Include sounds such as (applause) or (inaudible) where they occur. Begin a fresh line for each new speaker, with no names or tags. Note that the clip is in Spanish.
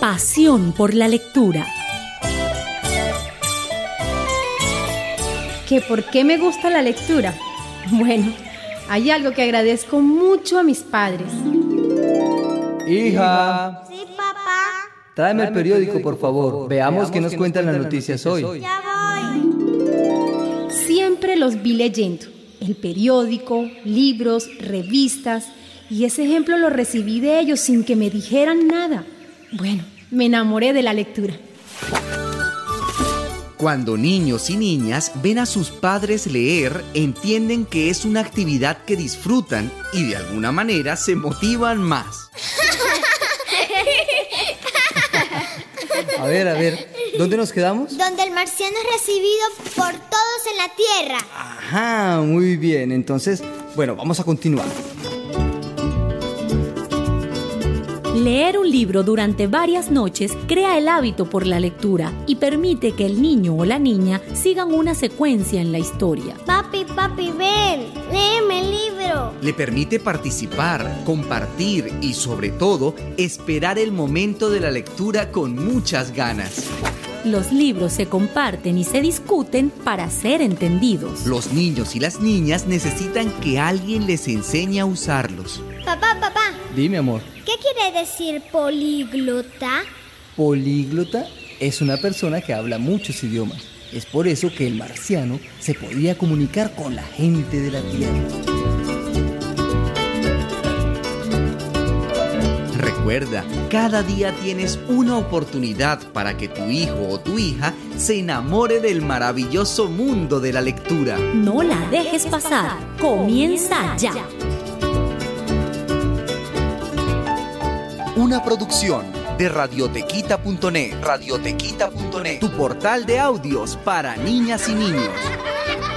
pasión por la lectura.
¿Que por qué me gusta la lectura? (laughs) Bueno, hay algo que agradezco mucho a mis padres.
Hija,
Sí, papá.
tráeme el periódico, por favor. Veamos qué nos cuentan las noticias hoy.
Ya voy.
Siempre los vi leyendo. El periódico, libros, revistas. Y ese ejemplo lo recibí de ellos sin que me dijeran nada. Bueno, me enamoré de la lectura.
Cuando niños y niñas ven a sus padres leer, entienden que es una actividad que disfrutan y de alguna manera se motivan más.
A ver, a ver, ¿dónde nos quedamos?
Donde el marciano es recibido por todos en la tierra.
Ajá, muy bien. Entonces, bueno, vamos a continuar.
Leer un libro durante varias noches crea el hábito por la lectura y permite que el niño o la niña sigan una secuencia en la historia.
Papi, papi, ven. Léeme el libro.
Le permite participar, compartir y sobre todo esperar el momento de la lectura con muchas ganas.
Los libros se comparten y se discuten para ser entendidos.
Los niños y las niñas necesitan que alguien les enseñe a usarlos.
Papá, papá.
Dime, amor,
¿Qué quiere decir políglota?
políglota es una persona que habla muchos idiomas. Es por eso que el marciano se podía comunicar con la gente de la Tierra.
Recuerda, cada día tienes una oportunidad para que tu hijo o tu hija se enamore del maravilloso mundo de la lectura.
No la dejes pasar. Comienza
(laughs)
ya.
Una producción de radiotequita.net, radiotequita.net, tu portal de audios para niñas y niños.